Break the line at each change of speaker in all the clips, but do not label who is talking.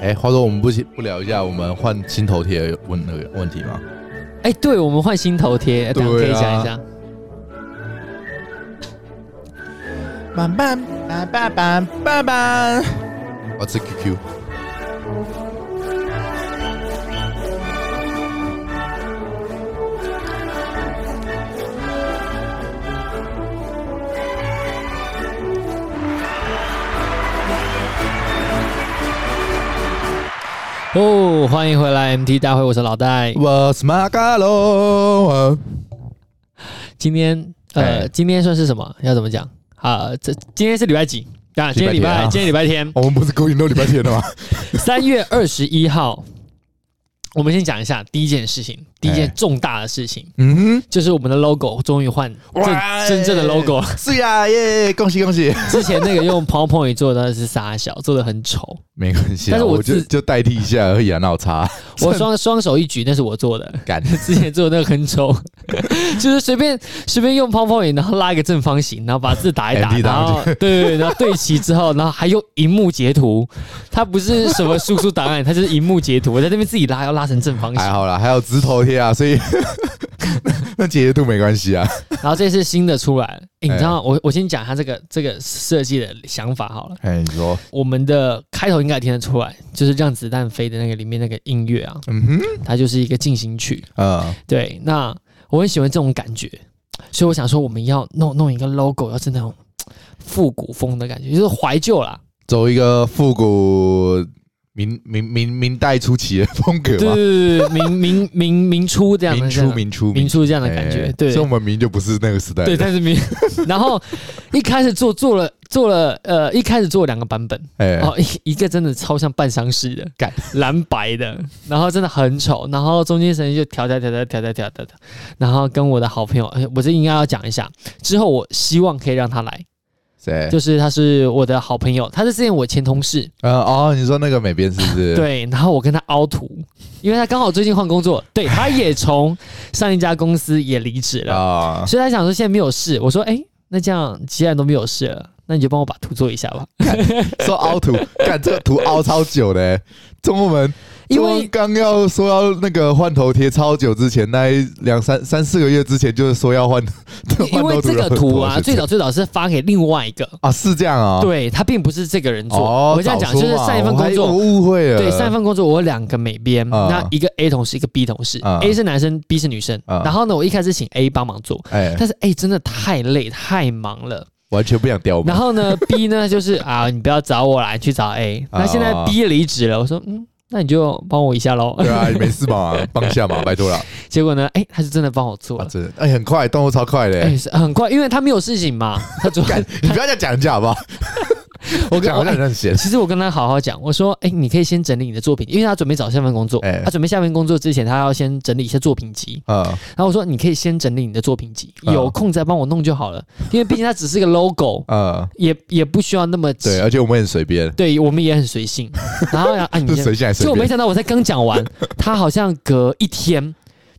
哎，话说我们不不聊一下我们换新头贴问那个问题吗？
哎、对，我们换新头贴，哎等一下可
对
以
啊
讲一下。
慢慢慢慢慢慢慢，我吃 QQ。
哦，欢迎回来 MT 大会，我是老戴。
我是马卡龙。
今天呃，
哎
今天算是什么？要怎么讲啊、这今天是礼拜几？啊，今天礼
礼拜天
拜，
啊
今天礼拜天，
我们不是勾引到礼拜天的吗？
三月二十一号。我们先讲一下第一件事情，第一件
哎
重大的事情、
嗯
就是我们的 logo 终于换
哼，
正真正的 logo 了。
是呀，耶！恭喜恭喜。
之前那个用 PowerPoint 做的那是傻小，做的很丑。
没关系啊，
但是我
我就
自
就代替一下而已啊，那我差
我双双手一举，那是我做的。
干。
之前做的那个很丑， 就是随便随便用 PowerPoint，然后拉一个正方形，然后把字打一打，
MD
然后对对对，然后对齐之后，然后还用荧幕截图，它不是什么输出档案，它就是荧幕截图。我在那边自己拉，要拉成正方形
还。好啦，还有直头贴啊，所以 那解度没关系啊。
然后这次新的出来了，诶你知道吗我我先讲它这个这个设计的想法好了。
哎，你说，
我们的开头应该也听得出来，就是让子弹飞的那个里面那个音乐啊，
嗯哼，
它就是一个进行曲。
嗯，
对，那我很喜欢这种感觉，所以我想说，我们要弄弄一个 logo，要是那种嘖复古风的感觉，就是怀旧啦。
走一个复古明明明明代初期的风格
对
嘛，
对对，对明明明明初这样的
明
这样
初
的
明初
明初这样的
的
感觉，对
哎所以我们明就不是那个时代
对，
的，
但是明，然后一开始做做了做了呃，一开始做了两个版本，
哎，
哦，一一个真的超像半丧尸的，
干
蓝白的，然后真的很丑，然后中间神经就调调调调调调调调调，然后跟我的好朋友，哎我这应该要讲一下，之后我希望可以让他来，
谁？
就是他是我的好朋友，他是之前我前同事，
呃，哦，你说那个美编是不是？，
对，然后我跟他凹图，因为他刚好最近换工 作，对，他也从上一家公司也离职了，
啊，
所以他想说现在没有事，我说哎，那这样既然都没有事了，那你就帮我把图做一下吧，
说凹图，看这个图凹超久的欸，中文门
因
中
为
文刚要说要那个换头贴超久之前，那一两三三四个月之前就是说要 换，
因为这个图啊，最
早
早最早是发给另外一个。
啊是这样啊，
对他并不是这个人做，
哦，
我这样讲就是上一份工
我还
作
我，误会了，
对上一份工作我有两个美编，
啊
那一个 A 同事，一个 B 同事
啊
，A 是男生，B 是女生。
啊
然后呢，我一开始请 A 帮忙做，
哎，
但是 A 真的太累太忙了。
完全不想掉我们
然，后 呢，B 呢就是啊，你不要找我啦，你去找 A。
啊
那现在 B 离职了，我说嗯，那你就帮我一下喽。
对啊，你没事嘛，帮一下嘛，拜托了，
结果呢，哎，他是真的 帮我做
啊
了，
真的，哎，很快，动作超快的
哎，
欸，
是很快，因为他没有事情嘛，他主 要
干，你不要再讲人家好不好？
我跟
讲
我
人家很闲，
其实我跟他好好讲，我说，哎、你可以先整理你的作品，因为他准备找下份工作。
哎
他准备下份工作之前，他要先整理一些作品集。
嗯，
然后我说，你可以先整理你的作品集，
嗯
有空再帮我弄就好了。因为毕竟它只是 个 logo，
嗯，
也也不需要那么急
对，而且我们很随便，
对我们也很随 性。然后啊，你
是
先，
随性还是
所以
随
我没
便？
想到，我才刚讲完，他好像隔一天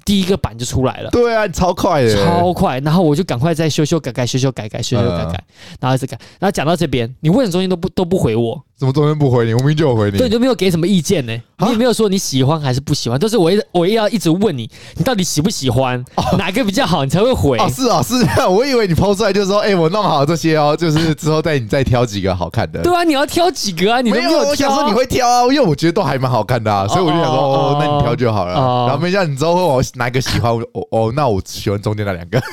第一个版就出来了。
对嗯啊，超快的，
超快，然后我就赶快再修修改改，修修改改，修修改改，然后一直改。然后讲到这边，你问的中间都不都不回我，
怎么中间不回你？我明明就有回你
对，你，就没有给什么意见呢、
啊
你也没有说你喜欢还是不喜欢，都是我一直我也要一直问你，你到底喜不喜欢，哪个比较好，你才会回。
哦，是哦， 是啊，我以为你抛出来就是说，哎、我弄好这些哦，就是之后带你再挑几个好看的。
对啊，你要挑几个啊？你都
没
有
我
挑
想
啊、
说你会挑啊，因为我觉得都还蛮好看的啊，所以我就想说，
哦
哦，那你挑就好了。
哦
然后没想到你之后问我哪个喜欢，我就哦哦，那我喜欢中间那两个。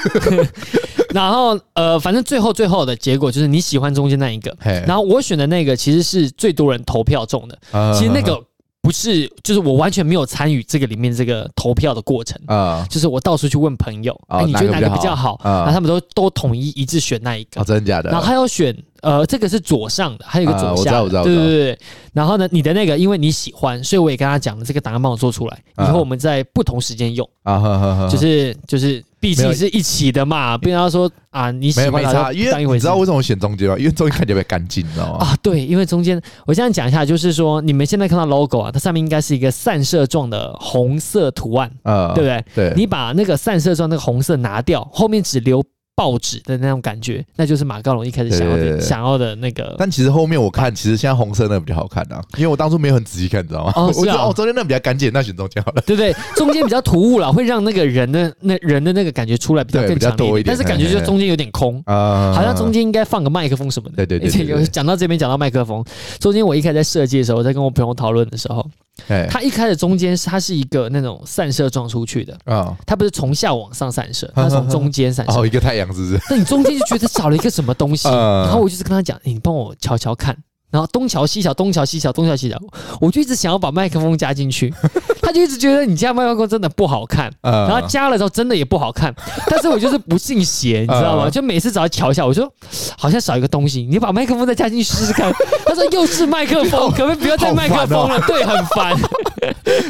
然后呃，反正最后最后的结果就是你喜欢中间 那一个，
嘿
然后我选的那个其实是最多人投票中的，
呃
其实那个不是，就是我完全没有参与这个里面这个投票的过程。
啊，
就是我到处去问朋友，
哦
哎，你觉得
哪
哪个
个
比
比
较
较
好
好？嗯
然后他们都都统一一致选那一个
哦，。真的假的？
然后还有选呃，这个是左上的，还有一个左下的、
啊我知道我知道
对对
我知道
对。对然后呢，你的那个因为你喜欢，所以我也跟他讲了，这个档案帮我做出来，以
啊
后我们在不同时间用，
啊，呵呵呵，
就是就是，毕
没
竟
有
是一起的嘛，不要说啊你喜
没有
欢
没
然后
差，因
当一
为
回
你
事
知道为什么我选中间吗？因为中间看起来比较干净，你知道吗？
啊，对，因为中间我现在讲一下，就是说你们现在看到 logo 啊，它上面应该是一个散射状的红色图案，
啊，
对不对？
对，
你把那个散射状那个红色拿掉，后面只留。报纸的那种感觉，那就是马高龙一开始想要
对对
的
对
想要的那个。
但其实后面我看，其实现在红色那个比较好看啊，因为我当初没有很仔细看，你知道吗？
哦
我
是
觉得
啊
哦，中间那个比较干净，那选中间好了。
对不对？中间比较突兀了，会让那个人的那人的那个感觉出来比较
对
更
比较
强烈
多一
点，
点
但是感觉
嘿嘿
就
嘿
中间有点空，
啊，
好像中间应该放个麦克风什么的。
对对对
而且
对对
有讲到这边讲到麦克风，中间我一开始在设计的时候，我在跟我朋友讨论的时候，
哎
它一开始中间是它是一个那种散射状出去的，
啊
它不是从下往上散 射，它是从中间散射
哦，。一个太阳是不是？
那你中间就觉得少了一个什么东 西，
嗯
然后我就是跟他讲，你帮我瞧瞧看。然后东瞧西瞧，东瞧西瞧，东瞧西瞧，我就一直想要把麦克风加进去，他就一直觉得你加麦克风真的不好看，
啊，
然后加了之后真的也不好看，但是我就是不信邪，你知道 吗？
嗯
就每次只要瞧一下，我说好像少一个东西，你把麦克风再加进去试试看。他说又是麦 克
哦
风，可不可以不要再麦克风了？对，很烦。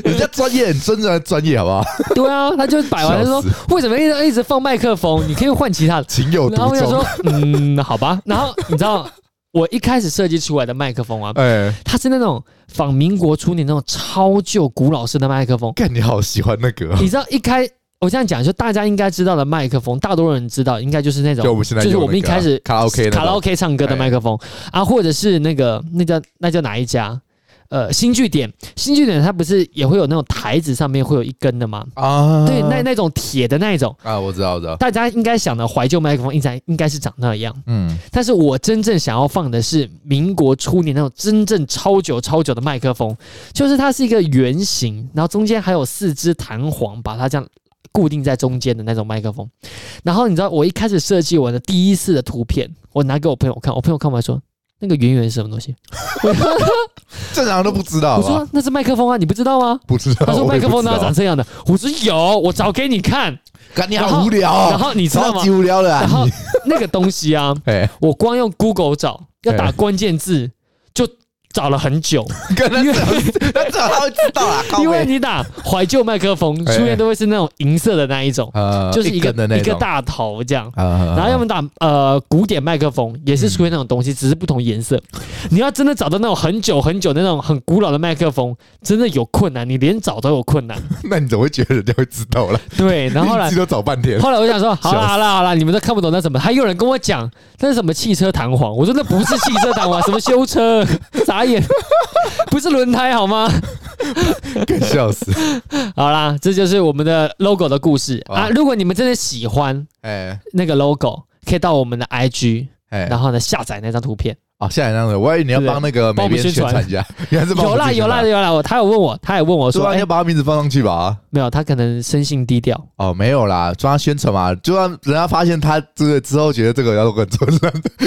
人家专业，你真的专业好不好？
对啊，他就摆完了说
笑
为什么一直一直放麦克风？你可以换其他的。
情哦有独
然后我想
钟
说，，嗯， 好吧。然后你知道我一开始设计出来的麦克风啊，
哎，
它是那种仿民国初年那种超旧古老式的麦克风。
干你好喜欢那个哦，
你知道一开我这样讲，就大家应该知道的麦克风，大多人知道应该就是那种
就我们现在
就是
用
我们
那
一
个啊
开始
卡拉 OK 那种哎
卡拉 OK 唱歌的麦克风啊，或者是那个那叫那叫哪一家？呃，新据点，新据点它不是也会有那种台子上面会有一根的吗？
啊，
对，那那种铁的那一种，
啊，我知道，我知道，
大家应该想的怀旧麦克风应该应该是长那样，
嗯，
但是我真正想要放的是民国初年那种真正超久超久的麦克风，就是它是一个圆形，然后中间还有四支弹簧把它这样固定在中间的那种麦克风。然后你知道我一开始设计我的第一次的图片，我拿给我朋友看，我朋友看完说。那个圆圆是什么东西？我说
正常人都不知道，
我
好不好
说那是麦克风啊，你不知道吗？
不 知道，
他说
我
麦
也
克风
不
哪
知道
长这样的？我说有，我找给你看。
干你
然后
好无聊哦，
然后你知道吗
超级？无聊的
然
啊，
后
你
那个东西啊，
哎，
我光用 Google 找，要打
哎
关键字就找了很久，
跟他
因为
他至少他会知道啦，靠
因为
背
你打怀旧麦 克风，
哎
出现都会是那种银色的那一种，
呃
就是一个
根的那
一个
种
大头这样。
啊啊，啊
然后要么打呃古典麦克风，也是出现那种东西，只是不同颜色。你要真的找到那种很久很久那种很古老的麦克风，真的有困难，你连找都有困难。
那你怎么会觉得人家会知道了？
对， 然后后
你
来
自己都找半天，
后来我想说，好
笑
啦
死
好啦好啦，你们都看不懂那什么，还有人跟我讲那是什么汽车弹簧，我说那不是汽车弹簧，什么 修车，傻眼，不是轮胎好吗？
给笑死。
好啦，这就是我们的 logo 的故事啊。
哇
如果你们真的喜欢
哎
那个 logo，可以到我们的 IG，
哎，
然后呢下载那张图片。
哦，下来那样子，我以为你要帮那个
帮我
美编
们宣
宣
传
传一下，原来是帮
有
我们
啦
宣
有啦
传，
有啦，我他有问我，他有问我
对
说，
啊，你
哎
要，把他名字放上去吧。
没有，他可能生性低调。
哦，没有啦，抓他宣传嘛，就让人家发现他这个之后，觉得这个要跟做啊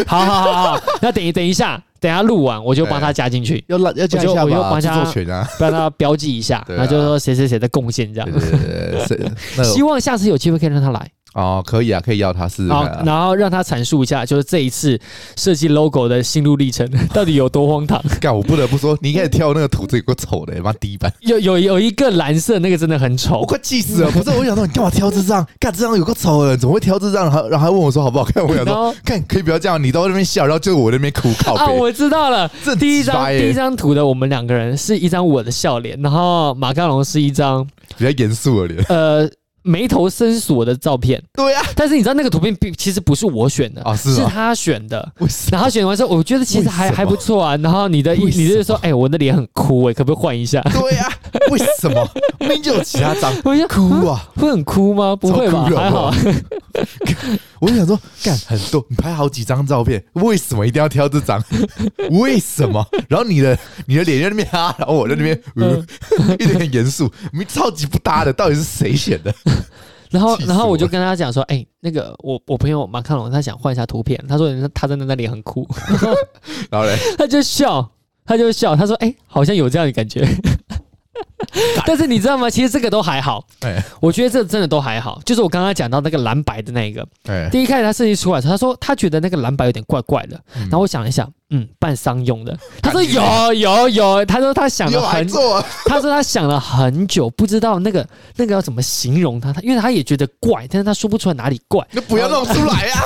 好好好好，那等一等一下，等一下录完我就帮他加进去，
要拉要加一
我
下
就我就
吧，
帮
著
他
作权啊，
帮他标记一下，
对啊
然后就说谁谁谁的贡献这 样
对。对对对是，那
希
个
哦望下次有机会可以让他来，
哦，可以啊，可以要他试试
然后
看啊
然后让他阐述一下，就是这一次设计 logo 的心路历程 到底有 多荒唐。
干，我不得不说，你一开始跳那个图，这有够丑的，妈低版，
有有有一个蓝色那个真的很丑
我，快气死了！不是，我想说你干嘛挑这张？干这张有够丑的，怎么会挑这张？然后然后还问我说好不好看？我想
然
说，
后
看可以不要这样，你到那边笑，然后就我那边哭靠
啊，
背，
我知道了，
这很
第 一
鸡欸
张
掰耶
第一张图的我们两个人是一张我的笑脸，然后马卡龙是一张
比较严肃的脸。
呃眉头深锁的照片，
对啊，
但是你知道那个图片并其实不是我选的，
哦是吗
他选的。
为什
然后选完之后，我觉得其实还
为什么
还不错啊。然后你的
为什么
你就是说，哎、我的脸很枯、哎，可不可以换 一下？
对啊，为什么？明明就有其他张
我就
哭啊！
会很哭吗？不会
超
吧，
酷的
还好
好。我就想说，干很多，你拍好几张照片，为什么一定要挑这张？ 为什么？然后你的你的脸在那边啊，然后我在那边，嗯， 一脸很严肃，你超级不搭的，到底是谁选的？
然后
气，死
然后我
我
就跟他讲说，哎、那个我我朋友马卡龙他想换一下图片，他说人家他真的那里很酷，
然后嘞，
他就笑，他就笑，他说，哎、好像有这样的 感觉。但是你知道吗？其实这个都还好，
哎
我觉得这真的都还好。就是我刚刚讲到那个蓝白的那一个，
哎，
第一开始他设计出来的时候，他说他觉得那个蓝白有点怪怪的，
嗯
然后我想一想，嗯，办商用的。他说
干你
有有有，他说他想
又
了
来
很，
做啊，
他说他想了很久，不知道那个那个要怎么形容他，他因为他也觉得怪，但是他说不出来哪里怪，
那不要弄出来 啊！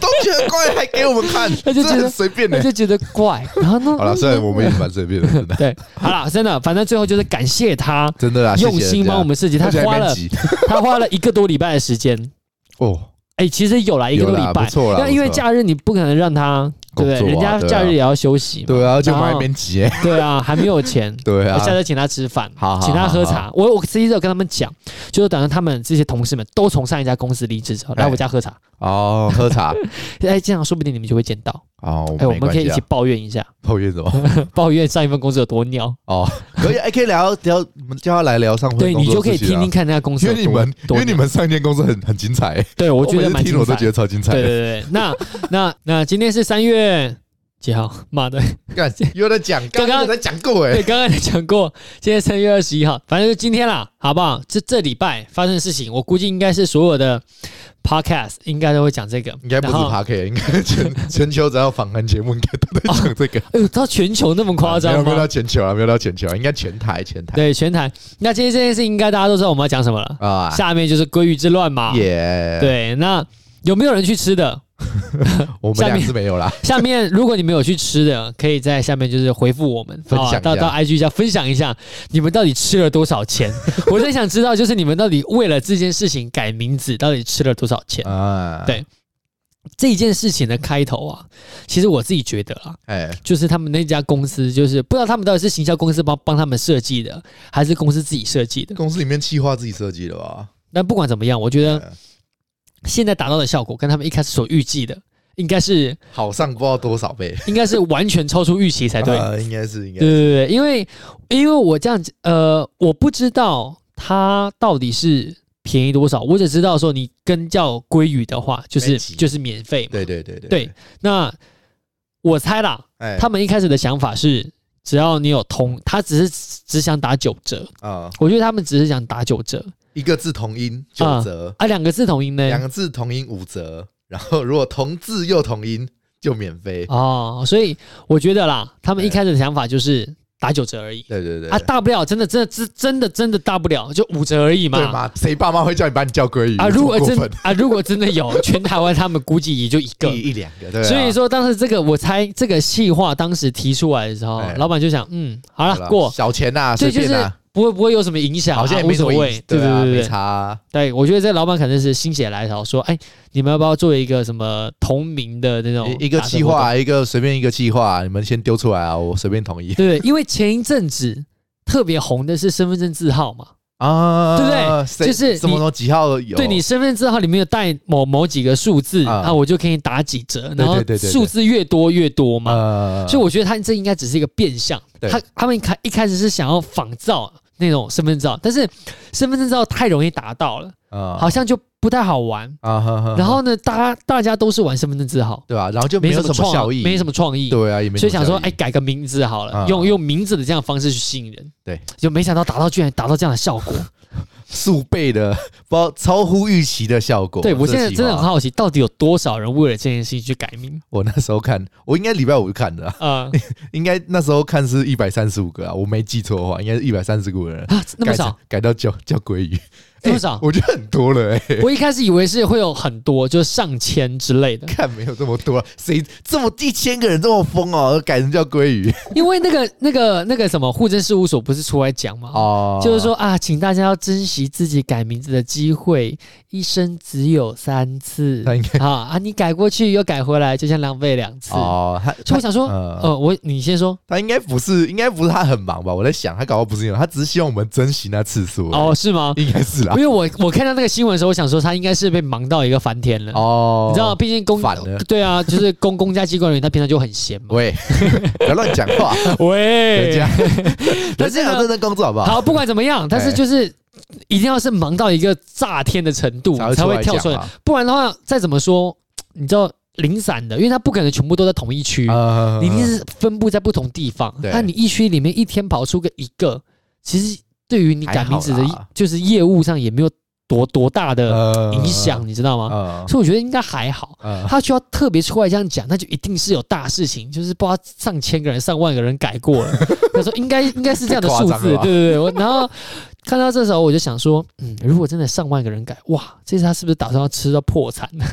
都觉得怪，还给我们看，
那就觉得嗯
真的很随便
他
的。
就觉得怪。然后呢，
好了，虽然我们也蛮随便的，真的，
对，好了，真的，反正最后就是感谢他
真的啦，
用心帮我们设计，他
而且还
花
蛮
了
急
他花了一个多礼拜的时间。
哦，
哎、其实有啦，一个
有
多
啦
礼拜，
不错啦
那因为
不错
假日你不可能让他，
工
对不对？人
作啊
家
对啊
假日也要休息嘛，
对啊，就往
然
那
后
边挤，
对啊，还没有钱，
对啊
我，下次请他吃饭，
好好
请他喝
好
茶。我我实际有跟他们讲，就是等到他们这些同事们都从上一家公司离职之后，来
哎
我家喝茶，
哦，喝 茶，
哎，这样说不定你们就会见到。
哦，
哎，我
没
们
关
可以一
系啊
起抱怨一下，
抱怨什么？
抱怨上一份公司有多尿。
哦， 可以，哎，可以聊聊，你们叫他来聊上
对
回工
你
作
就
的
可以
事情
听
啊
听。看那家公司
因
有
为你
多
们，因
多
为你
尿。
们上一间公司很很精彩，
对我觉
每
得
次
蛮
听了
精
我都
彩
觉得
的。
超精彩
对对
的。
对，那那那今天是三月几号？妈的，
干又在讲，
刚
刚
刚
刚有在讲过哎
对，， 刚刚你讲过，今天三月二十一号，反正就今天啦，好不好？这这礼拜发生的事情，我估计应该是所有的 podcast 应该都会讲这个，
应该不是
然后
p a r k 应该全全球只要访谈节目应该都在讲这 个。
哎呦，到全球那么夸
没有
张
没有
吗
到？全球啊，没有到全球啊，应该全台全台
对，全台。那今天这件事应该大家都知道我们要讲什么了，
啊，
下面就是鲑鱼之乱嘛。
耶，
对，那有没有人去吃的？
我们
下面
两次没有啦，
下面如果你们有去吃的，可以在下面就是回复我们，哦
分享一下
到到 IG 下分享一下你们到底吃了多 少钱。我真想知道，就是你们到底为了这件事情改名字，到底吃了多少钱？
啊，
对这一件事情的开头啊，其实我自己觉得啊，
哎，
就是他们那家公司，就是不知道他们到底是行销公司帮帮他们设计的，还是公司自己设计的。
公司里面企划自己设计的吧？
但不管怎么样，我觉得
嗯
现在达到的效果跟他们一开始所预计的，应该是
好上不知道多少倍，
应该是完全超出预期哎才对。
呃应该是应
对
该是
对对，因为因为我这样子呃，我不知道它到底是便宜多少，我只知道说你跟叫鲑鱼的话，就是
没几
就是免费嘛。
对对对对
对，那我猜啦，
哎，
他们一开始的想法是，只要你有通，他只是只想打九折。
啊
我觉得他们只是想打九折
一个字同音九折，
啊，两个字同音
两
呢。
个字同音五折，然后如果同字又同音就免费。
哦，所以我觉得啦，他们一开始的想法就是打九折而已
对对对
啊，大不了真的真的真真的真的大不了就五折而已
对
嘛。
吗？谁爸妈会叫你把你叫鲑鱼
啊，
这么
如果
过
真
分
啊，如果真的有，全台湾他们估计也就一个。
一一两个，对啊，
所以说，当时这个我猜这个细化当时提出来的时候
哎，
老板就想，嗯，好
好
了，
啦
过，
小钱呐，
这
随
就
便
是
呐，
不会不会有什么影响啊，
好像也
无
没什
所
么意
谓
思，，对啊，
对
没
对。
差啊。
对，我觉得这老板可能是心血来潮，说：“哎，你们要不要做一个什么同名的那种
一一个
打折
计
活动
划，一个随便一个计划，你们先丢出来啊，我随便同意？”
对，因为前一阵子特别红的是身份证字号嘛，
啊，
对不对
谁
就是
什么
你
时候几号有？
对你身份证字号里面有带某某几个数字，
啊
啊，我就给你打几折，然后
对对对对对
数字越多越多嘛。
呃，
所以我觉得他这应该只是一个变相，
对
他他们开一开始是想要仿造那种身份证照，但是身份证照太容易达到了，
啊
好像就不太好玩。
啊呵呵
然后呢，大家大家都是玩身份证字号，
对啊吧？然后就
没
有
么
什么
创，
效益，
没什么创意。
对啊，也没什
所
么
以想
效
说，
益
哎，改个名字好了，
啊
用用名字的这样的方式去吸引人。
对，
就没想到达到居然达到这样的效果。
数倍的，不知道超乎预期的效果。
对我
这
现在
计
真的很
划，
好奇，到底有多少人为了这件事情去改 名？
我那时候看，我应该礼拜五看的啊，
啊
应该那时候看是一百三十五个啊，我没记错的话，应该是一百三十个人。
啊，那么
改成
少？
改到叫叫鲑 鱼，
这么少
我觉得很多了哎、
我一开始以为是会有很多，就是上千之 类的，
看没有这么多、啊，谁这么一千个人这么疯哦，改成叫鲑鱼
因为那个那个那个什么户政事务所不是出来讲吗？
哦
就是说啊，请大家要珍惜自己改名字的机会，一生只有三次
他应该
啊啊！你改过去又改回来，就像浪费两次。
哦，他
所以
他
我想说，
呃
呃，我你先说
他应该不是，应该不是他很忙吧？我在想，他搞到不是因为他只是希望我们珍惜那次数而已，
哦，是吗？
应该是啦
因。为我我看到那个新闻的时候，我想说他应该是被忙到一个翻天了。
哦，
你知道，毕竟公
反了
对啊，就是公 公家机关人员，他平常就很闲嘛。
喂，不要乱讲 话，人
喂
家， 人
但是
家
呢
要认真工作好不好？
好，不管怎么样，
哎
但是就是一定要是忙到一个炸天的程度才
才
会
会
跳出
出来
来
讲，嘛
不然的话，再怎么说，你知道零散的，因为它不可能全部都在同一区，
啊
你一定是分布在不同地方。
对
那你一区里面一天跑出个一个，其实对于你改名字的
还好啦，
就是业务上也没有多多大的
呃
影响，你知道吗？
啊
所以我觉得应该还好。
啊
他需要特别出来这样讲，那就一定是有大事情，就是不知道上千个人、上万个人改过 了。他说应该应该是这样的数
太夸
字
张，了吧
对对对。我然后看到这时候，我就想说，嗯，如果真的上万个人改，哇，这次他是不是打算要吃到破产 呢？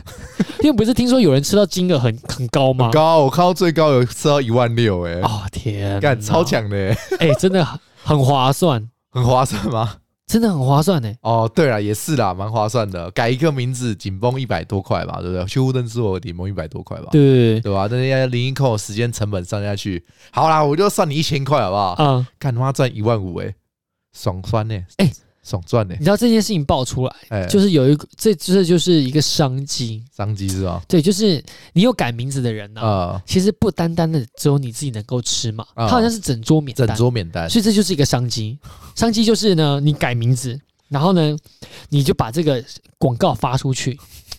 因为不是听说有人吃到金额很很高吗？
高，我看到最高有吃到一万六，哎，
哦天哪，
干超强的，哎
哎、真的很很划算。
很划算吗？
真的很划算呢。
哦，对了，也是啦，蛮划算的。改一个名字，紧绷一百多块吧，对不对？修灯之火紧绷一百多块吧，
对，
对吧？那要零一扣时间成本算下去，好啦，我就算你一千块好不好？
啊、
干他妈赚一万五哎，爽酸呢、
哎
爽赚呢、
你知道这件事情爆出来，
哎、
就是有一个这这就是一个商机，
商机是吧？
对，就是你有改名字的人呢、
啊、
其实不单单的只有你自己能够吃嘛，
啊
它好像是整桌免单，
整桌免单，
所以这就是一个商机。商机就是呢，你改名字，然后呢，你就把这个广告发出去，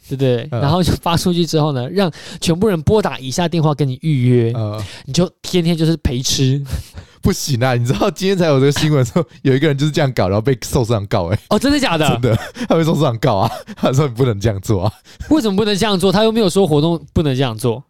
对不对？
嗯
然后就发出去之后呢，让全部人拨打以下电话跟你预约，
呃，
你就天天就是陪吃。
不行啊！你知道今天才有这个新闻说，有一个人就是这样搞，然后被受市长告、哎，
哦，真的假的？
真的，他被受市长告啊，他说你不能这样做啊，
为什么不能这样做？他又没有说活动不能这样做。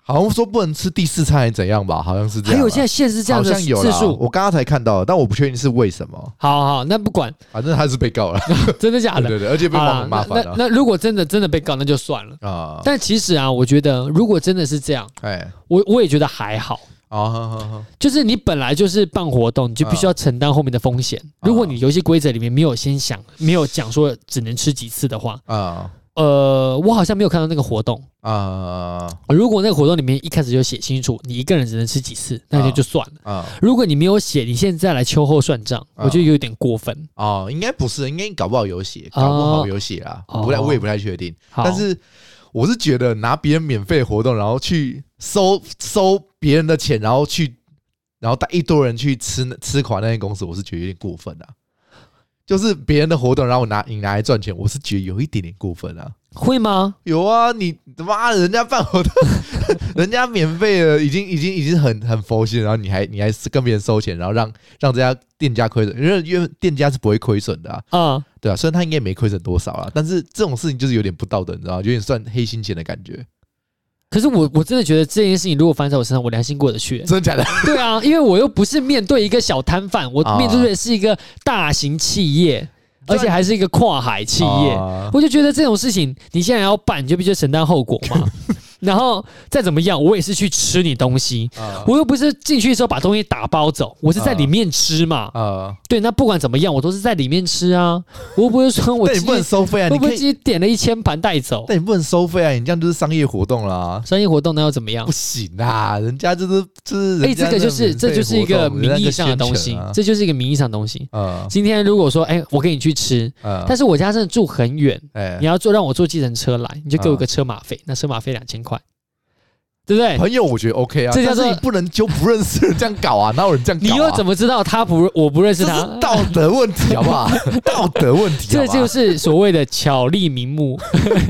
好像说不能吃第四餐还是怎样吧，好像是这
还
样啊。
有现在限制这样
好
的
像
次
有啦
数。
我刚刚才看到，但我不确定是为什么，
好好，那不管，
反正他是被告了，
真的假
对
的？
对对，而且被
好
告
啦
很麻
那
烦
那
啊。
那如果真的真的被告，那就算了。
啊，
但其实啊，我觉得如果真的是这样，
哎，
我我也觉得还好。
哦，好好好，
就是你本来就是办活动，你就必须要承担后面的风险。
嗯
如果你游戏规则里面没有先想，没有讲说只能吃几次的话，
啊
呃，我好像没有看到那个活动。
啊
如果那个活动里面一开始就写清楚，你一个人只能吃几次，那就
嗯
就算了。
啊
如果你没有写，你现在来秋后算账，
嗯
我觉得有点过分。
哦，应该不是，应该搞不好有写，搞不好
哦
有写啦，
哦
不太，我也不太确定。
好，
但是我是觉得拿别人免费活动，然后去收收别人的钱，然后去，然后带一堆人去吃吃垮那些公司，我是觉得有点过分啊。就是别人的活动，然后我拿你拿来赚钱，我是觉得有一点点过分啊。
会吗？
有啊，你他妈的人家办活动， 人家免费了，已经已经已经很很佛心了，然后你还你还是跟别人收钱，然后让让这家店家亏损，因为因为店家是不会亏损的啊，
啊、
对啊，虽然他应该也没亏损多少啦，但是这种事情就是有点不道德，你知道吗？有点算黑心钱的感觉，
可是我我真的觉得这件事情如果发生在我身上，我良心过得去。
真的假的？
对啊，因为我又不是面对一个小摊贩，我
啊
面对的是一个大型企业，
对
而且还是一个跨海企业。
啊
我就觉得这种事情，你现在要办，你就必须承担后果 嘛。然后再怎么样，我也是去吃你东西，
啊
我又不是进去之后把东西打包走，我是在里面吃嘛。
啊！
对，那不管怎么样，我都是在里面吃啊，我又不是 说我
但你
自
不能
己，
收费啊，
我
你
不
可
是自
以，
己点了一千盘带走。
但你不能收费啊，你这样就是商业活动啦，
商业活动那又怎么样
不？行啊，人家就是就是
哎，
人家
这
那免费活动，
个就是这就是一个名义上的东西
人家，那个啊
这就是一个名义上的东西。
宣
今天如果说，哎、我跟你去吃，
传啊，哎
但是我家真的住很远，
但
你要坐让我坐计程车来，你就
啊
给我个车马费，那车马费两千块，对不对？
朋友，我觉得 OK 啊，
这叫
但
做
是你不能就不认识人这样搞啊，哪有人这样搞、啊？
你又怎
么？
么知道他不我不认识
这
他？
是道德问题，好不 好？道德问题好
这
不好，
就是所谓的巧立名目，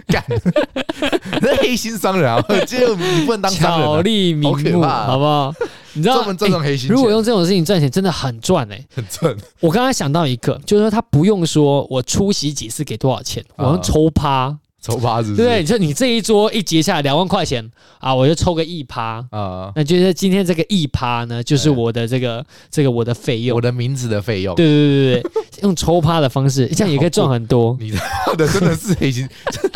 干， 这黑心商人啊！ 今天你不 能当商人、
巧
啊，
立名
好可
目，
怕啊
好不好？你知道
专门赚这
哎
种黑心钱、
如果用这种事情赚钱，真的很赚哎、
很正
我刚刚想到一个，就是说他不用说我出席几次给多少钱，我用抽趴，
丑八是不
对不
啊是？
对？你说你这一桌一结下来两万块钱啊，我就抽个一趴，
啊、
那就是今天这个一趴呢，就是
对
我的这个这个我的费用
我。的名字的费用，
对对对对对，用抽趴的方式，这样也可以赚很多。
你他的真 的是黑心，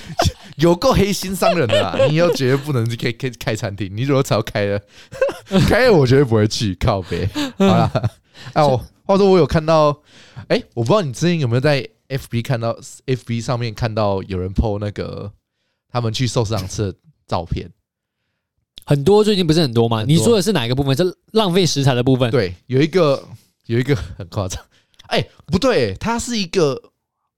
有够黑心商人的 啦！你又绝对不能去开开开餐厅，你如果早开了， 开了我绝对不会去，靠北。好 啦，哎，我话说我有看到，哎、我不知道你之前有没有在 FB 看到 FB 上面看到有人 PO 那个他们去寿司郎吃的照片。
很多最近不是很多吗？
多
你说的是哪一个部分？是浪费食材的部分？
对，有一个有一个很夸张，哎、不对、他是一个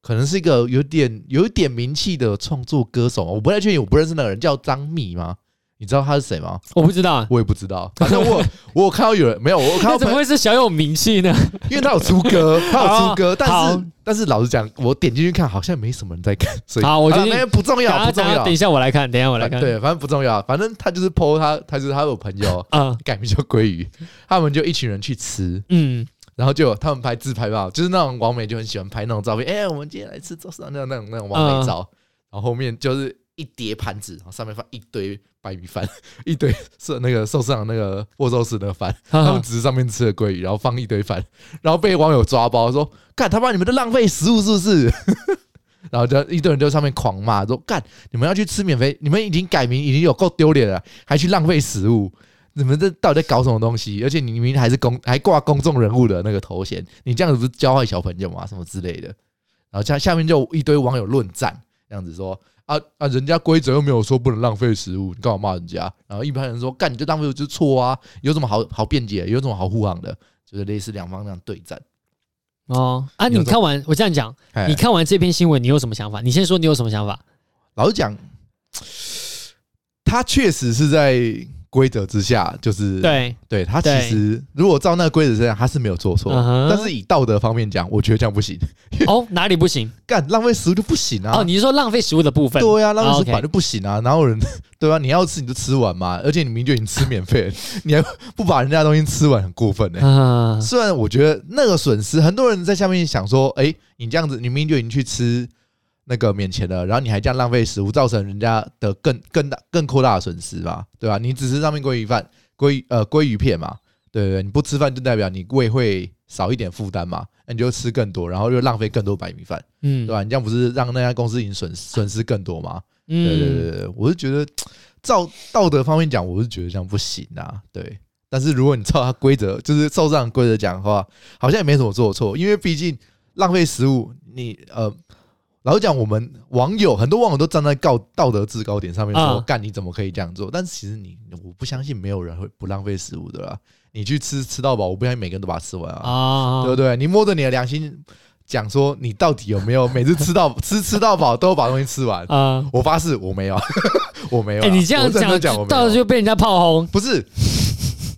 可能是一个有点有一点名气的创作歌手嘛，我不太确定，我不认识那个人，叫张密吗？你知道他是谁吗？
我不知道啊，
我也不知道，反正我有我有看到有人没有，我有看
那
到
怎
朋
么
友，
会是小有名气呢？
因为他有出歌，他有出歌，但
哦好
是但是老实讲，我点进去看好像没什么人在看，所以
好我决
觉得
定
那不重
等
要，
下
不重
等下
要
等一，下我来看，等一下我来看。
对，反正不重要，反正他就是 PO 他，他就是他有朋友
啊，
改名叫鲑鱼，他们就一群人去吃，
嗯，
然后就有他们拍自拍吧，就是那种网美就很喜欢拍那种照片，哎、我们今天来吃寿司郎那种那种那种网美照，然后后面就是一叠盘子，然后上面放一堆白米饭， 一堆是那个寿司郎那个握寿司那个饭，他们
啊
只是上面吃了鲑鱼，然后放一堆饭， 然后被网友抓包说，干他妈你们在浪费食物是不是？ 然后就一堆人就上面狂骂说，干你们要去吃免费，你们已经改名已经有够丢脸了，还去浪费食物。你们这到底在搞什么东西？而且你明明还是公还挂公众人物的那个头衔，你这样子不是教坏小朋友吗？什么之类的。然后下下面就一堆网友论战，这样子说啊啊，人家规则又没有说不能浪费食物，你干嘛骂人家？然后一般人说，干你就浪费就是错啊，有什么好好辩解，有什么好护航的？就是类似两方这样对战。
哦啊！
有
你
种
看完我这样讲，
哎
你看完这篇新闻，你有什么想法？你先说你有什么想法？
老实讲，他确实是在规则之下，就是
对，
对他其
对
实如果照那个规则之下，他是没有做错。
嗯哼
但是以道德方面讲，我觉得这样不行，
哦，哪里不行？
干浪费食物就不行啊。
哦，你是说浪费食物的部分？
对啊，浪费食物
哦
本来
OK
就不行啊，哪有人 对啊？你要吃你就吃完嘛，而且你明明就已经吃免费了， 你还不把人家的东西吃完，很过分呢、欸
啊，
虽然我觉得那个损失，很多人在下面想说，哎、你这样子，你明明就已经去吃那个免钱了，然后你还这样浪费食物，造成人家的更更大更扩大的损失嘛，对吧、你只吃上面鲑鱼饭、鲑呃鲑鱼片嘛，对对对，你不吃饭就代表你胃会少一点负担嘛，那你就吃更多，然后又浪费更多白米饭，
嗯
对吧、你这样不是让那家公司已经损损失更多吗？对对对
嗯，
对对，我是觉得照道德方面讲，我是觉得这样不行啊。对，但是如果你照他规则，就是照这样的规则讲的话，好像也没什么做错，因为毕竟浪费食物，你呃，老实讲，我们网友很多网友都站在告道德制高点上面说，
啊
干、你怎么可以这样做？但是其实你，我不相信没有人会不浪费食物的啦。你去吃吃到饱，我不相信每个人都把它吃完啊。
啊，
对不对？你摸着你的良心讲说，你到底有没有每次吃到吃吃到饱都把东西吃完？
啊，
我发誓我没有， 我没有啊。
哎，你这
我
样
认真
讲，
讲我没
到
有
时候就被人家炮轰。
不是。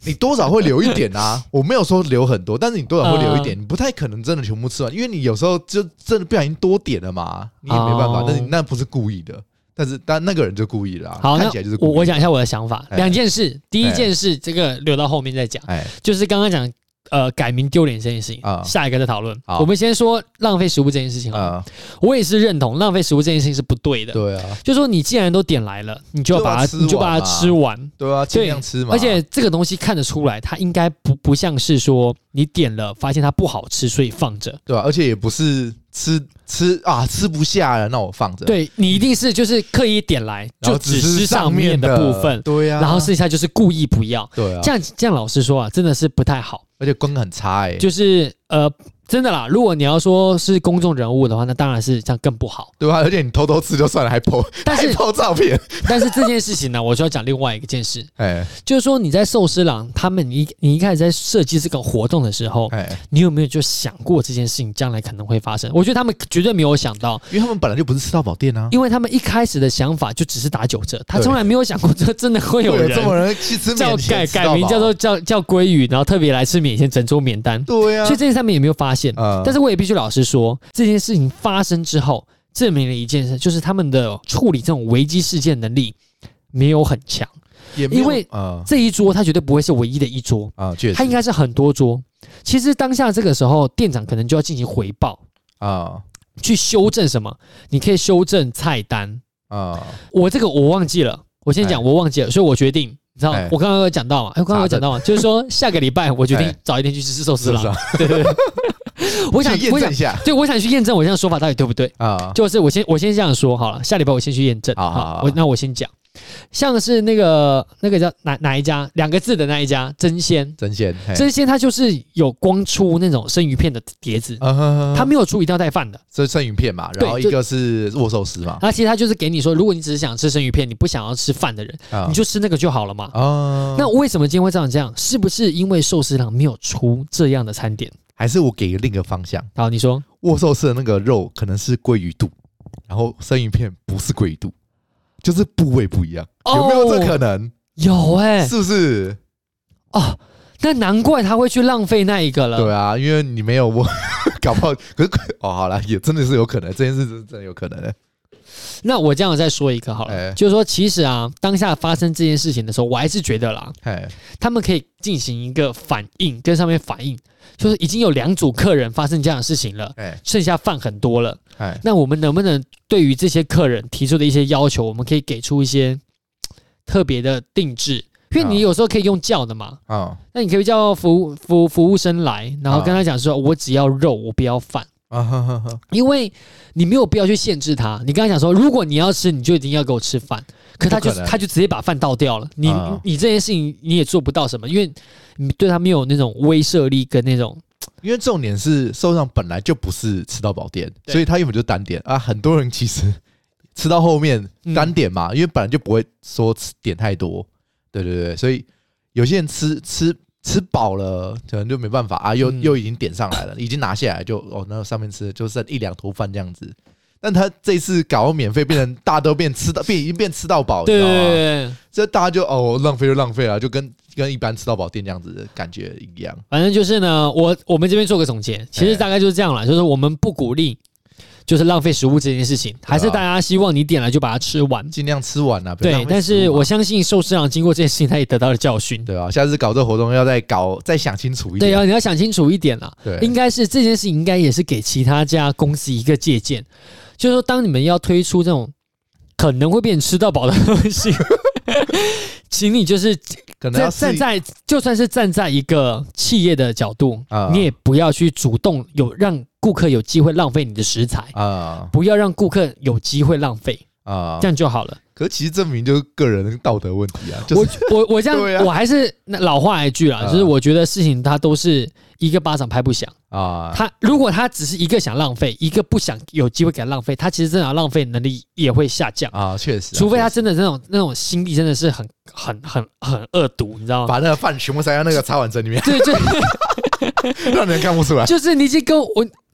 你多少会留一点啊，我没有说留很多，但是你多少会留一
嗯
点，你不太可能真的全部吃完，因为你有时候就真的不小心多点了嘛，你也没办法，
哦
但是你那不是故意的，但是但那个人就故意的啊，
好，
看
那
起来就是故
我
意
我讲一下我的想法，
哎
两件事。第一
哎
件事，这个留到后面再讲，
哎
就是刚刚讲呃改名丢脸这件事情
啊，
下一个再讨论。
好
我们先说浪费食物这件事情好了，
啊，
我也是认同浪费食物这件事情是不对的。
对啊，
就说你既然都点来了，你就要
就把
把
它
它
吃
你就把
完
它
嘛
吃完，
对啊，尽
对
量吃嘛，
而且这个东西看得出来，它应该不不像是说你点了发现它不好吃，所以放着。
对啊，而且也不是吃吃啊吃不下了，那我放着，
对你一定是就是刻意点来，
然
就
后
只
吃
吃上面的
的
部分，
对啊，
然后剩下就是故意不要。
对啊，
这样这样，老实说啊，真的是不太好。
而且光很差哎、
就是呃，真的啦，如果你要说是公众人物的话，那当然是这样更 不好。
对吧、而且你偷偷吃就算了，还 po
但
还
是
po 照片，
但是这件事情呢，我就要讲另外一个件事，
哎
就是说你在寿司郎他们你你一开始在设计这个活动的时候，
哎，
你有没有就想过这件事情将来可能会发生？我觉得他们绝对没有想到，
因为他们本来就不是吃到饱店啊，
因为他们一开始的想法就只是打九折，他
对
从来没有想过这真的会有
会有
人
这么人去吃
叫
免
改
钱吃到
改名
饱
叫做叫叫鲑鱼，然后特别来吃免钱整桌免单，
对啊
所以，这件事他们也没有发现。
呃
但是我也必须老实说，这件事情发生之后，证明了一件事，就是他们的处理这种危机事件能力没有很强。
也没有
因为
呃
这一桌他绝对不会是唯一的一桌，
啊，确
他应
实
该是很多桌。其实当下这个时候，店长可能就要进行回报，
啊
去修正什么？你可以修正菜单。
啊，
我这个我忘记了，我先讲，我忘记了，所以我决定，你知道
哎，
我刚刚有讲到嘛？哎，我刚刚有讲到嘛？就是说下个礼拜我决定
哎
早一天去吃寿
是
司
不是
了
啊？。
对 对对，我想
去，验
我
证
想
一，下
对，我想去验证我这样说法到底对不对。
啊，
就是我先我先这样说好了，下礼拜我先去验证。
好好好
我那我先讲，像是那个那个叫哪哪一家两个字的那一家真鲜，
真鲜，嘿
真鲜它就是有光出那种生鱼片的碟子，
啊呵呵呵
它没有出一定要带饭的。
这生鱼片嘛，然后一
对就
个是握寿司嘛，
那其实它就是给你说，如果你只是想吃生鱼片，你不想要吃饭的人，
啊
你就吃那个就好了嘛。
啊，
那为什么今天会这样？这样是不是因为寿司郎没有出这样的餐点？
还是我给另一个方向，
好，你说
握寿司的那个肉可能是鲑鱼肚，然后生鱼片不是鲑鱼肚，就是部位不一样，
哦
有没有这可能？
有哎、
是不是？
哦，那难怪他会去浪费那一个了。
对啊，因为你没有我， 搞不好可是哦，好了，也真的是有可能，这件事是真的有可能的。
那我这样再说一个好了，
哎
就是说，其实啊，当下发生这件事情的时候，我还是觉得啦，
哎，
他们可以进行一个反应，跟上面反应，就是已经有两组客人发生这样的事情了，
哎，
剩下饭很多了，
哎，
那我们能不能对于这些客人提出的一些要求，我们可以给出一些嘖特别的定制？因为你
啊
有时候可以用叫的嘛，
啊
那你可以叫服务服服务生来，然后跟他讲说，我只要肉，我不要饭。
啊哈哈哈，
因为你没有必要去限制他。你刚才讲说，如果你要吃，你就一定要给我吃饭，可他就
不可能
他就直接把饭倒掉了。你、
啊
你这件事情你也做不到什么，因为你对他没有那种威慑力跟那种
因为重点是寿司上本来就不是吃到饱店，
对
所以它原本就是单点啊。很多人其实吃到后面
嗯
单点嘛，因为本来就不会说吃点太多，对对对，所以有些人吃吃吃饱了，可能就没办法啊，又、
嗯
又已经点上来了，已经拿下来就哦，那上面吃就剩一两头饭这样子。但他这次搞到免费，变成大家都变吃到变已经变吃到饱，哦你
对
知
对
道吗
对对对，
这大家就哦浪费就浪费了，就跟跟一般吃到饱店这样子的感觉一样。
反正就是呢，我我们这边做个总结，其实
哎
大概就是这样了，就是我们不鼓励就是浪费食物这件事情，还是大家希望你点了就把它吃完。
尽量吃完啊，不要浪
对，
费
但
食
是
物嘛
我相信寿司郎经过这件事情，他也得到了教训。
对啊，下次搞这活动要再搞再想清楚一
对
点。
啊，你要想清楚一点啦。
对
应该是这件事情，应该也是给其他家公司一个借鉴，就是说，当你们要推出这种可能会变成吃到饱的东 西，请你就是
可能要
站
试
站在，就算是站在一个企业的角度，
啊
你也不要去主动有让顾客有机会浪费你的食材，
啊
不要让顾客有机会浪费，
啊
这！样就好了。
可是其实证明就是个人道德问题啊，就是
我我我这
对
样，
啊
我还是那老话一句啦，就是
啊
我觉得事情它都是一个巴掌拍不响。
啊
他如果他只是一个想浪费，一个不想有机会给他浪费，他其实真的要浪费能力也会下降，
啊，确实啊，
除非他
确实
真的那种那种心地真的是很很很很恶毒，你知道吗？
把那个饭全部塞到那个擦碗针里面，
对，就
让人看不 出来
就是你已经跟我，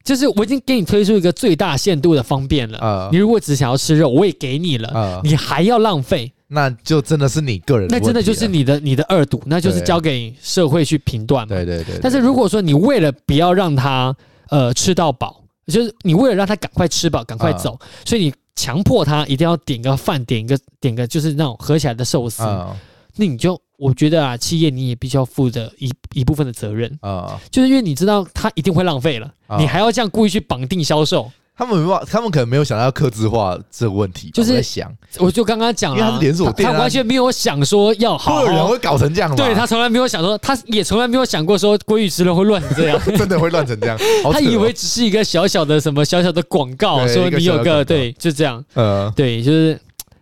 就是我已经给你推出一个最大限度的方便了。
啊
你如果只想要吃肉，我也给你了，
啊，
你还要浪费，
那就真的是你个人问题啊了，
那真的就是你的你的恶毒，那就是
对
交给社会去评断嘛。
对对对。对
但是如果说你为了不要让他呃吃到饱，就是你为了让他赶快吃饱、赶快
啊
走，所以你强迫他一定要点个饭、点一个点个就是那种合起来的寿司，
啊
那你就我觉得啊，企业你也必须要负的一一部分的责任，
啊，
就是因为你知道他一定会浪费了，
啊
你还要这样故意去绑定销售，
他们没有，他们可能没有想到要克制化这个问题吧，
就是
我在想，
我就刚刚
因
讲
为他
了
是连锁，店啊
他完全没有想说要好
会有人
好。
会搞成这样吗？
对他从来没有想说，他也从来没有想过说鲑鱼吃了会乱这样，
真的会乱成这样， 好
他
扯
以
哦
为只是一个小小的什么小小的广告，
对
说
一个
你
小
有
小
个
广告
对，就这样，
呃，
对，就是，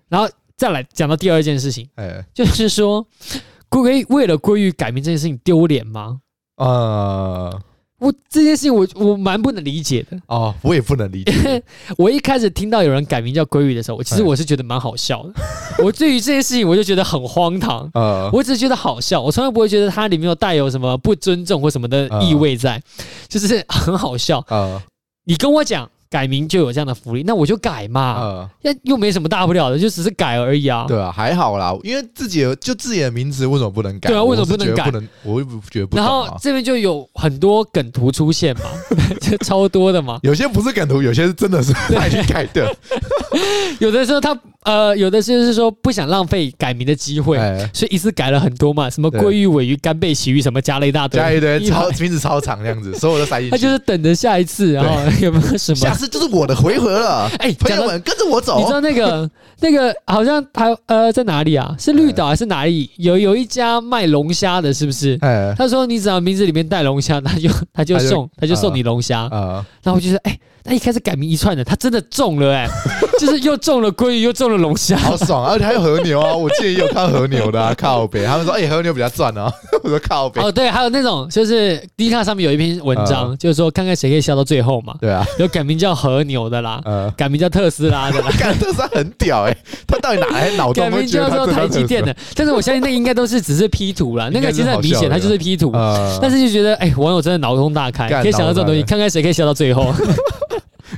然后再来讲到第二件事情，
哎
就是说， 归为了归于改名这件事情丢脸吗？
呃，
我这件事情我我蛮不能理解的。
哦，我也不能理 解
我一开始听到有人改名叫鲑鱼的时候，我其实
哎
我是觉得蛮好笑的。 我对于这件事情我就觉得很荒唐，
呃，
我只是觉得好笑，我从来不会觉得它里面有带有什么不尊重或什么的意味在，就是很好笑。
呃
你跟我讲改名就有这样的福利，那我就改嘛，
呃，
那、又没什么大不了的，就只是改而已啊。
对啊，还好啦，因为自己有就自己的名字为什么不能改？
对啊为什么
我是
不能
觉得
改
不能，我又不觉得不
然
懂
后
啊。
这边就有很多梗图出现嘛， 就超多的嘛。
有些不是梗图，有些是真的是 他已经改的。
有的时候他呃，有的就是说不想浪费改名的机会，
哎
所以一次改了很多嘛，什么
对
鲑鱼、尾鱼、干贝、旗鱼，什么加了一大堆，
加一堆
百
超名字超长这样子，所有都塞进
他就
去。
是等着下一次，然后 有没有什
下
么？
次就是我的回合了，
哎
朋
讲
友
到
们跟着我
你知
走。
道那个那个好像台呃在哪里啊？是绿岛还是哪里？有有一家卖龙虾的，是不是？
哎
他说你只要名字里面带龙虾，他就他
他就
就
呃
送他就送你龙虾。
啊
然后我就说，哎、他一开始改名一串的，他真的中了、哎， 就是又中了鲑鱼，又中了龙虾。
好爽啊！而且还有和牛啊，我记得也有看到和牛的啊，靠北。他们说哎和牛比较赚啊， 我说靠北。
哦，对，还有那种就是低卡上面有一篇文章，就是说看看谁可以笑到最后嘛。
嗯对啊，
有改名叫和牛的啦，
呃，，
改名叫特斯拉的啦
干特斯拉很屌哎，他到底哪来的脑
改
洞？会
名
觉
叫
得他
做
真
台积
特斯
电
拉
的。但是我相信那应该都是只是 P 图啦，那个其实很明显，它就是 P 图。啊
呃
但是就觉得，哎、网友真的脑洞大开，
干
可以想到这种东西，
脑洞大开
看看谁可以笑到 最后。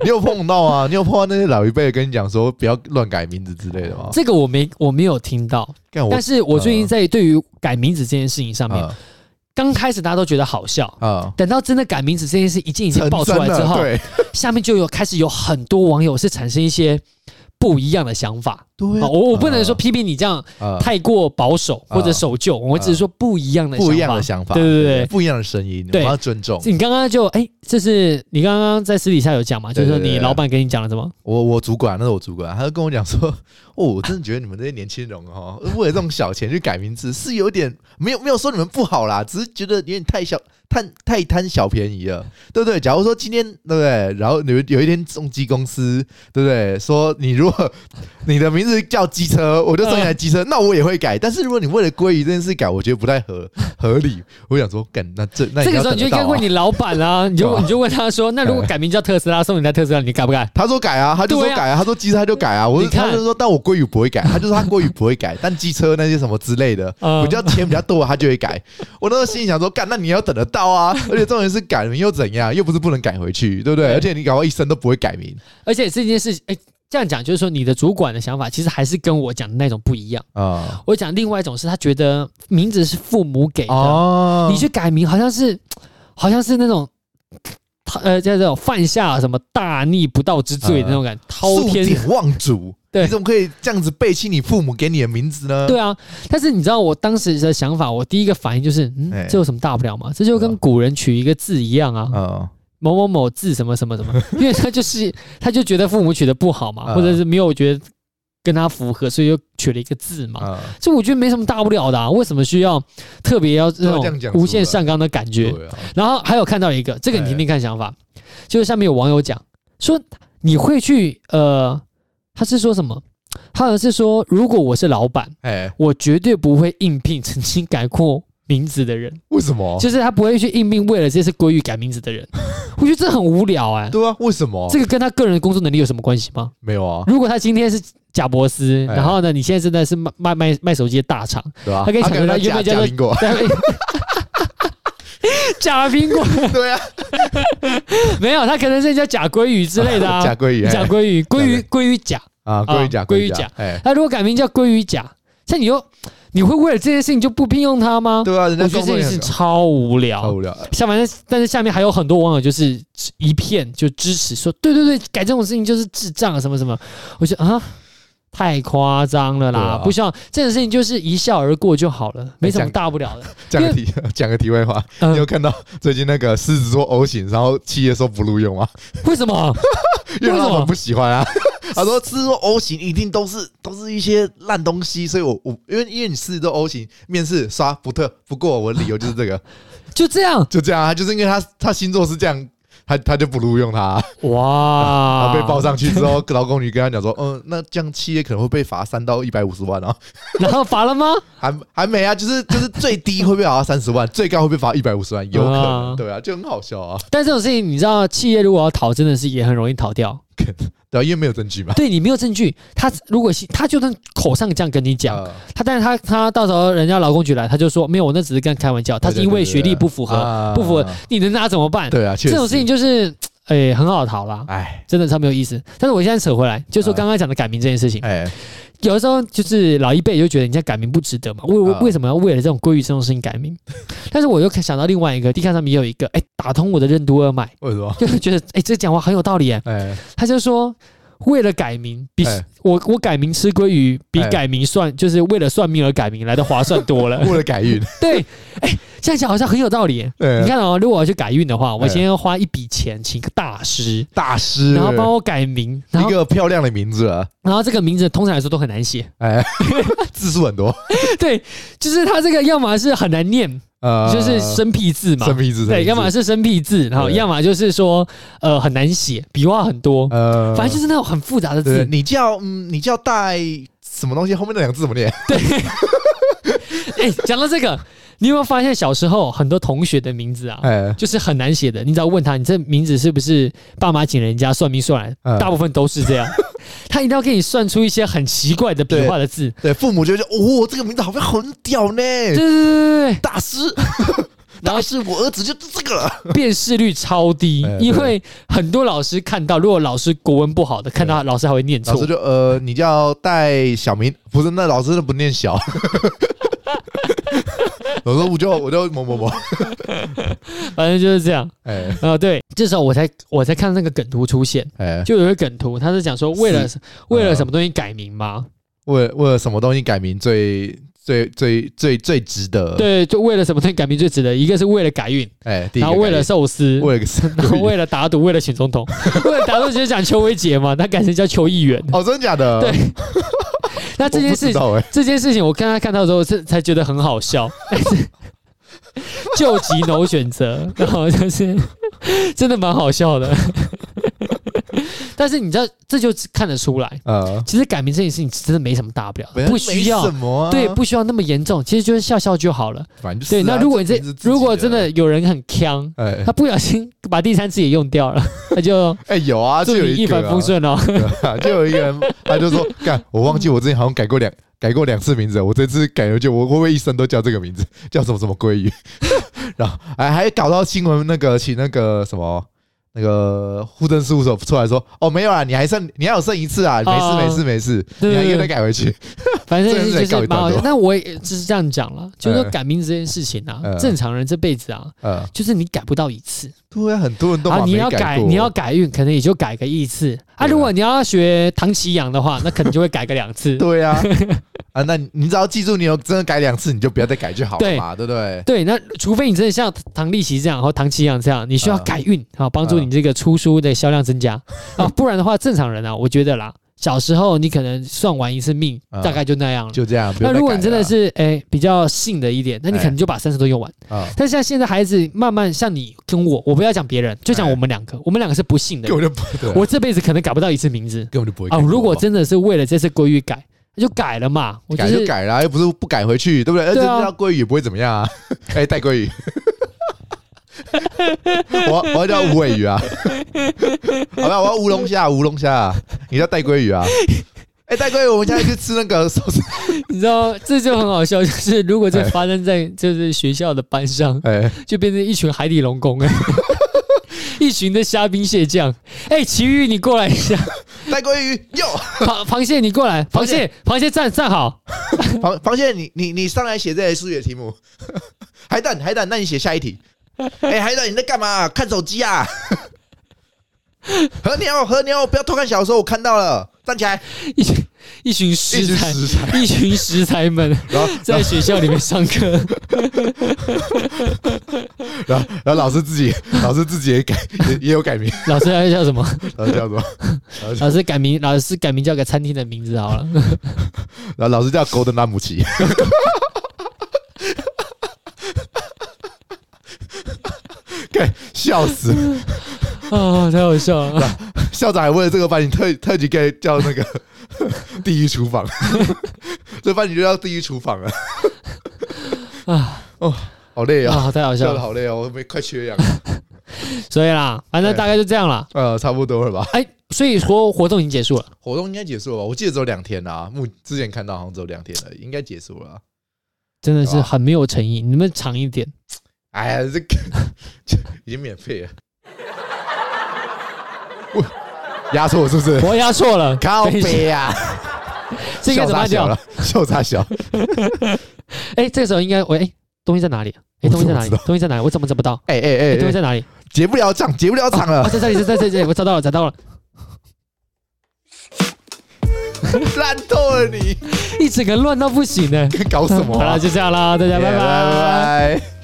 你有碰到啊？你有碰到那些老一辈跟你讲说不要乱改名字之类的吗？
这个我没我没有听到，
干我嗯
但是我最近在对于改名字这件事情上面，
啊
刚、开始大家都觉得好笑，
啊，
等到真的改名字这件事一件已经
成
爆出来
真
之
了
后，哦
对
下面就有开始有很多网友是产生一些不一样的想法。
对
啊，
啊，
我我不能说批评你这样
啊
太过保守
啊
或者守旧，我只是说不一样的
不一样的
法。
想法，
对对对
不一样的声音，我
对
们要尊重。
你刚刚就哎这是你刚刚在私底下有讲嘛？就是说
对对对
你
对
老板跟你讲了什么？
我我主管，那是我主管，他就跟我讲说， 哦，我真的觉得你们这些年轻人哦， 为了这种小钱去改名字，是有点没有没有说你们不好啦，只是觉得有点太小贪太贪小便宜了，对不对？假如说今天对不对，然后有有一天重机公司对不对，说你如果 你的名字叫机车，我就送你台机车，
嗯
那我也会改。但是如果你为了鲑鱼这件事改，我觉得不太合合理。我想说，干那这那
这
你
个
要
时候你
等得
就应
到
该
啊
问你老板啦、你
对
就
啊
你就问他说，那如果改名叫特斯拉，送你台特斯拉，你改不改？
他说改啊，他就说
对啊
改啊，他说机车他就改啊，我
你
就
看
他就说，但我鲑鱼不 会改，他就说他鲑鱼不会改，但机车那些什么之类的，
嗯
我就要钱比较多，他就会改。我那时候心里想说，干，那你要等得到 啊，而且重点是改名又怎样，又不是不能改回去，对不对？
对
而且你搞到一生都不会改名
而且这件事，哎、这样讲就是说，你的主管的想法其实还是跟我讲的那种不一样。
啊，
我讲另外一种是他觉得名字是父母给的，
哦
你去改名好像是好像是那种。呃，叫做犯下什么大逆不道之罪的那种
啊
感觉，滔
数
天
典忘祖，
对
你怎么可以这样子背弃你父母给你的名字呢？
对啊，但是你知道我当时的想法，我第一个反应就是，嗯
哎，
这有什么大不了嘛？这就
对
跟
啊
古人取一个字一样啊，
啊，
某某某字什么什么什么， 因为他就是他就觉得父母取的不好嘛，
啊
或者是没有觉得跟他符合，所以就取了一个字嘛。
啊，
这我觉得没什么大不了的、啊，为什么需要特别要
要
那
这样讲
种
出
无限
来
上纲的感觉？
对啊，
然后还有看到一个，这个你听听看想法，就是下面有网友讲说，你会去呃，他是说什么？他好像是说，如果我是老板，
哎，
我绝对不会应聘曾经改过名字的人，
为什么？
就是他不会去应聘为了这次规矩改名字的人。我觉得这很无聊哎、
哦对啊，为什么
这？个跟他个人的工作能力有什么关系吗？
没有啊，
如果他今天是贾博斯，
哎
然后呢，你现在真的是卖卖卖卖手机的大厂，
对吧？
他可以想
感觉
到
他
原
假
本叫
假
做
苹 果，
在 假苹 果
对啊，
没有，他可能是叫假鲑鱼之类的 啊
假。鲑鱼，哎
假鲑鱼，鲑鱼，鲑鱼甲。
啊，鲑鱼甲，
啊鲑鱼
甲
甲，
哎，
他如果改名叫鲑鱼甲，像你又，你会为了这件事情就不聘用他吗？
对啊，人
我
家
觉
工
得这
作
件
也
事
很
情超无聊，
好无聊，
下面，但是下面还有很多网友就是一片就支持说，对对对，改这种事情就是智障啊什么什么。我觉得啊，太夸张了啦，
对啊
不需要这种事情就是一笑而过就好了，没什么大不了的。
讲个题，讲个题外话，
嗯
你 有看到最近那个狮子座 O 型，然后企业说不录用吗？
为什么？
因为
为什
他们
么
不喜欢啊。 他说狮子座 O 型一定都是都是一些烂东西，所以我我因为因为你狮子座 O 型面试刷不特不过，我的理由就是这个，
就这样
就这样啊，就是因为他他星座是这样。他他就不录用他、然
哇
后被 报，上去之后，劳工局跟他讲说，嗯，那这样企业可能会被罚三到一百五十万哦，
然后罚了吗？
还还没啊，就是就是最低会被罚三十万，最高会被罚一百五十万，有可能，
啊
对啊，就很好笑啊，
但这种事情你知道，企业如果要逃，真的是也很容易逃掉。
对啊，因为没有证据嘛，
对你没有证据，他如果是他就算口上这样跟你讲，
呃
他但是他他到时候人家劳工局来，他就说没有，我那只是跟他开玩笑，他是因为学历不符合，不符合，你能拿怎么办？
啊对啊，确
这
实
种事情，就是，哎、很好逃啦，
哎
真的超没有意思。但是我现在扯回来，就说
啊
刚刚讲的改名这件事情，
哎，
有的时候就是老一辈就觉得人家改名不值得嘛，为为
啊
为什么要为了这种规矩这种事情改 名？但是我又想到另外一个，地看上面也有一个，哎、打通我的任督二脉，
为什么？
就是觉得，哎、这讲话很有道理哎，
哎，
他就说。为了改名，比、
哎
我我改名吃鲑鱼，比
哎
改名算、就是为了算命而改名来的划算多 了。
为了改 运，
对，哎、这样讲好像很有道理耶。
对
你看哦，如果我要去改运的话，我
哎
先要花一笔钱请个大师，
大师，
然后帮我改名，然
一
后
个漂亮的名字啊，
然后这个名字通常来说都很难写，
哎，字数很多，
对，就是他这个要么是很难念，
呃，
就是生僻字嘛
生，僻字，
对，
生僻字
要么是生僻字，然后
对
要么就是说呃很难写，笔画很多，
呃，
反正就是那种很复杂的
对，
字，
你叫嗯，你叫戴什么东西？后面那两个字怎么念？
哎，讲到这个，你有没有发现小时候很多同学的名字啊？
哎，
就是很难写的，你只要问他，你这名字是不是爸妈请人家算命算来的？
嗯
大部分都是这样， 他一定要给你算出一些很奇怪的笔画的字。
对，父母就觉得哦，这个名字好像很屌呢，
对对对对
大 师，
然
大
后
师，我儿子就是这个了，
对，辨识率超低
哎，对
因为很多老师看到，如果老师国文不好的，看
哎
到老师还会念
老师
错。
就呃，你叫戴小明，不是那老师真的不念 小。我说我就我就某某某，
反正就是这样。
哎
啊，对，这时候我才我才看那个梗图出现，
哎，
就有一个梗图，
嗯
他是讲说为了为了什么东西改名吗？
为为了什么东西改名最最最最最值得。，
对，就为了什么东西改名最值得？一个是为了改运，
哎，第一
然
个
后为了
改
寿司
变，为了个生
然后
日
为了打赌，为了选 总统，为了打赌就是讲邱威杰嘛，他改成叫邱议员。
哦，真的假的？
对那
我
这件
不
事
知道哎，
这件事情，我刚刚看到之后是才觉得很好笑， 但是救急 no 选择，然后就是真的蛮好笑的。 但是你知道，这就看得出来，
呃，
其实改名这件事情真的没什么大不了，不需
没
要
什。么啊，
对，不需要那么严重，其实就是笑笑就好了。
反正就是
对，
啊
那如果你
这
这
名字自己
如果真的有人很呛，
哎
他不小心把第三次也用掉了，他 就
哎有啊，
祝
就有
你
一
一
个
帆
啊
风 顺哦。
对啊就有一个人，他就说：“干，我忘记我之前好像改过两改过两次名字，我这次改了就我会不会一生都叫这个名字，叫什么什么鲑鱼？” 然后还还搞到新闻那个请那个什么那个户政事务所出来说：“哦，没有啊，你还剩你还有剩一次啊，没事
啊
没事没事，
对
你还
对
可以
对
再改回 去。
反正就
这人在告
是
一
蛮好
段落。
笑那我也只是这样讲了，就是说
嗯
改名字这件事情啊，
嗯
正常人这辈子啊，”
呃，
就是你改不到一次
对啊，很多人都
啊，
把
你
没
要改
过，
你要改运，可能也就改个一次啊。
对啊
如果你要学唐奇阳的话，那可能就会改个两 次。
对 啊啊，那你你只要记住，你有真的改两次，你就不要再改就好了
对
嘛，对不对？
对，那除非你真的像唐立奇这样，或唐奇阳这样，你需要
嗯
改运啊，帮助你这个出书的销量增加
呃
啊，不然的话，正常人啊，我觉得啦，小时候你可能算完一次命，
嗯
大概就那样了。
就这样。不
那
用再
如果
改
你真
了哎
的
啊
是哎、比较信的一点，那你可能就把三十都用完。
啊，
但像现在孩子慢慢像你跟我，我不要讲别人，就讲
哎
我们两个，我们两个是不信的
根。本就不对啊
我这辈子可能改不到一次名字
根本就不会
啊！
改
如
过
果
嘛
真的是为了这次规矩改，那就改了嘛。我就
改
是
就改啦，又不是不改回去，对不对？而且
对啊
叫鲑鱼也不会怎么样啊， 哎，带鲑鱼。 我要我要叫无尾鱼啊， 好吧，我要乌龙虾，乌龙虾，你叫带鲑鱼啊？哎，带鲑鱼，我们现在去吃那 个寿司，
你知道，这就很好 笑，就是如果这发生在就是学校的班上，
哎，
就变成一群海底龙 宫哎，一群的虾兵蟹将。哎，奇遇你过来一 下，
带鲑鱼哟，
螃螃蟹你过来，螃蟹螃蟹站站好，
螃螃蟹，你你你上来写这些数学题目， 海胆海胆，那你写下一题。哎，海胆你在干嘛？看手机啊？ 和牛和牛，不要偷看小说，我看到了，站起来，
一群一群
一
食
直
材。
食材，
一群食材 们
然后
在学校里面上 课，
然后，然后老师自己，老师自己也改，也也有改名，
老师还叫什么？
然后叫什么？然后叫
老师改名，老师改名叫个餐厅的名字好了。
然后老师叫 Golden 拉姆 奇，看笑死！
啊，太好笑了！
校长还为了这个班级特特级给叫那个 地狱厨房， 这班级就叫地狱厨房了。
啊
哦，好累啊，
啊，太好笑
笑的
了。
好累哦，我没快缺氧。
所以啦，反正大概就这样啦。
呃，差不多了吧？
哎，所以说活动已经结束了。
活动应该结束了吧？我记得只有两天啦，目之前看到好像只有两天了，应该结束了啊。
真的
对
是
吧
很没有诚意，你们长一点。
哎呀，这个这已经免费了。我压错是不是？
我压错了，
靠
等一下
背呀、啊，
这个
笑
怎
啥
么
小
讲？
了？笑啥小？
哎，这个时候应该喂，哎，东西在哪里？哎，
我
东西
怎
在
么
哪
知？
里东西在哪里？我怎么找不到？
哎哎
哎，
哎
东西
哎，
在哪里？
结不了账，结不了账
啊，
了，
在这里，在在在这里，我找到了，找到了，
烂透了你！
一整个乱到不行呢。
搞什么啊、
好
哎
了，就这样啦，大家拜
拜
拜。
拜。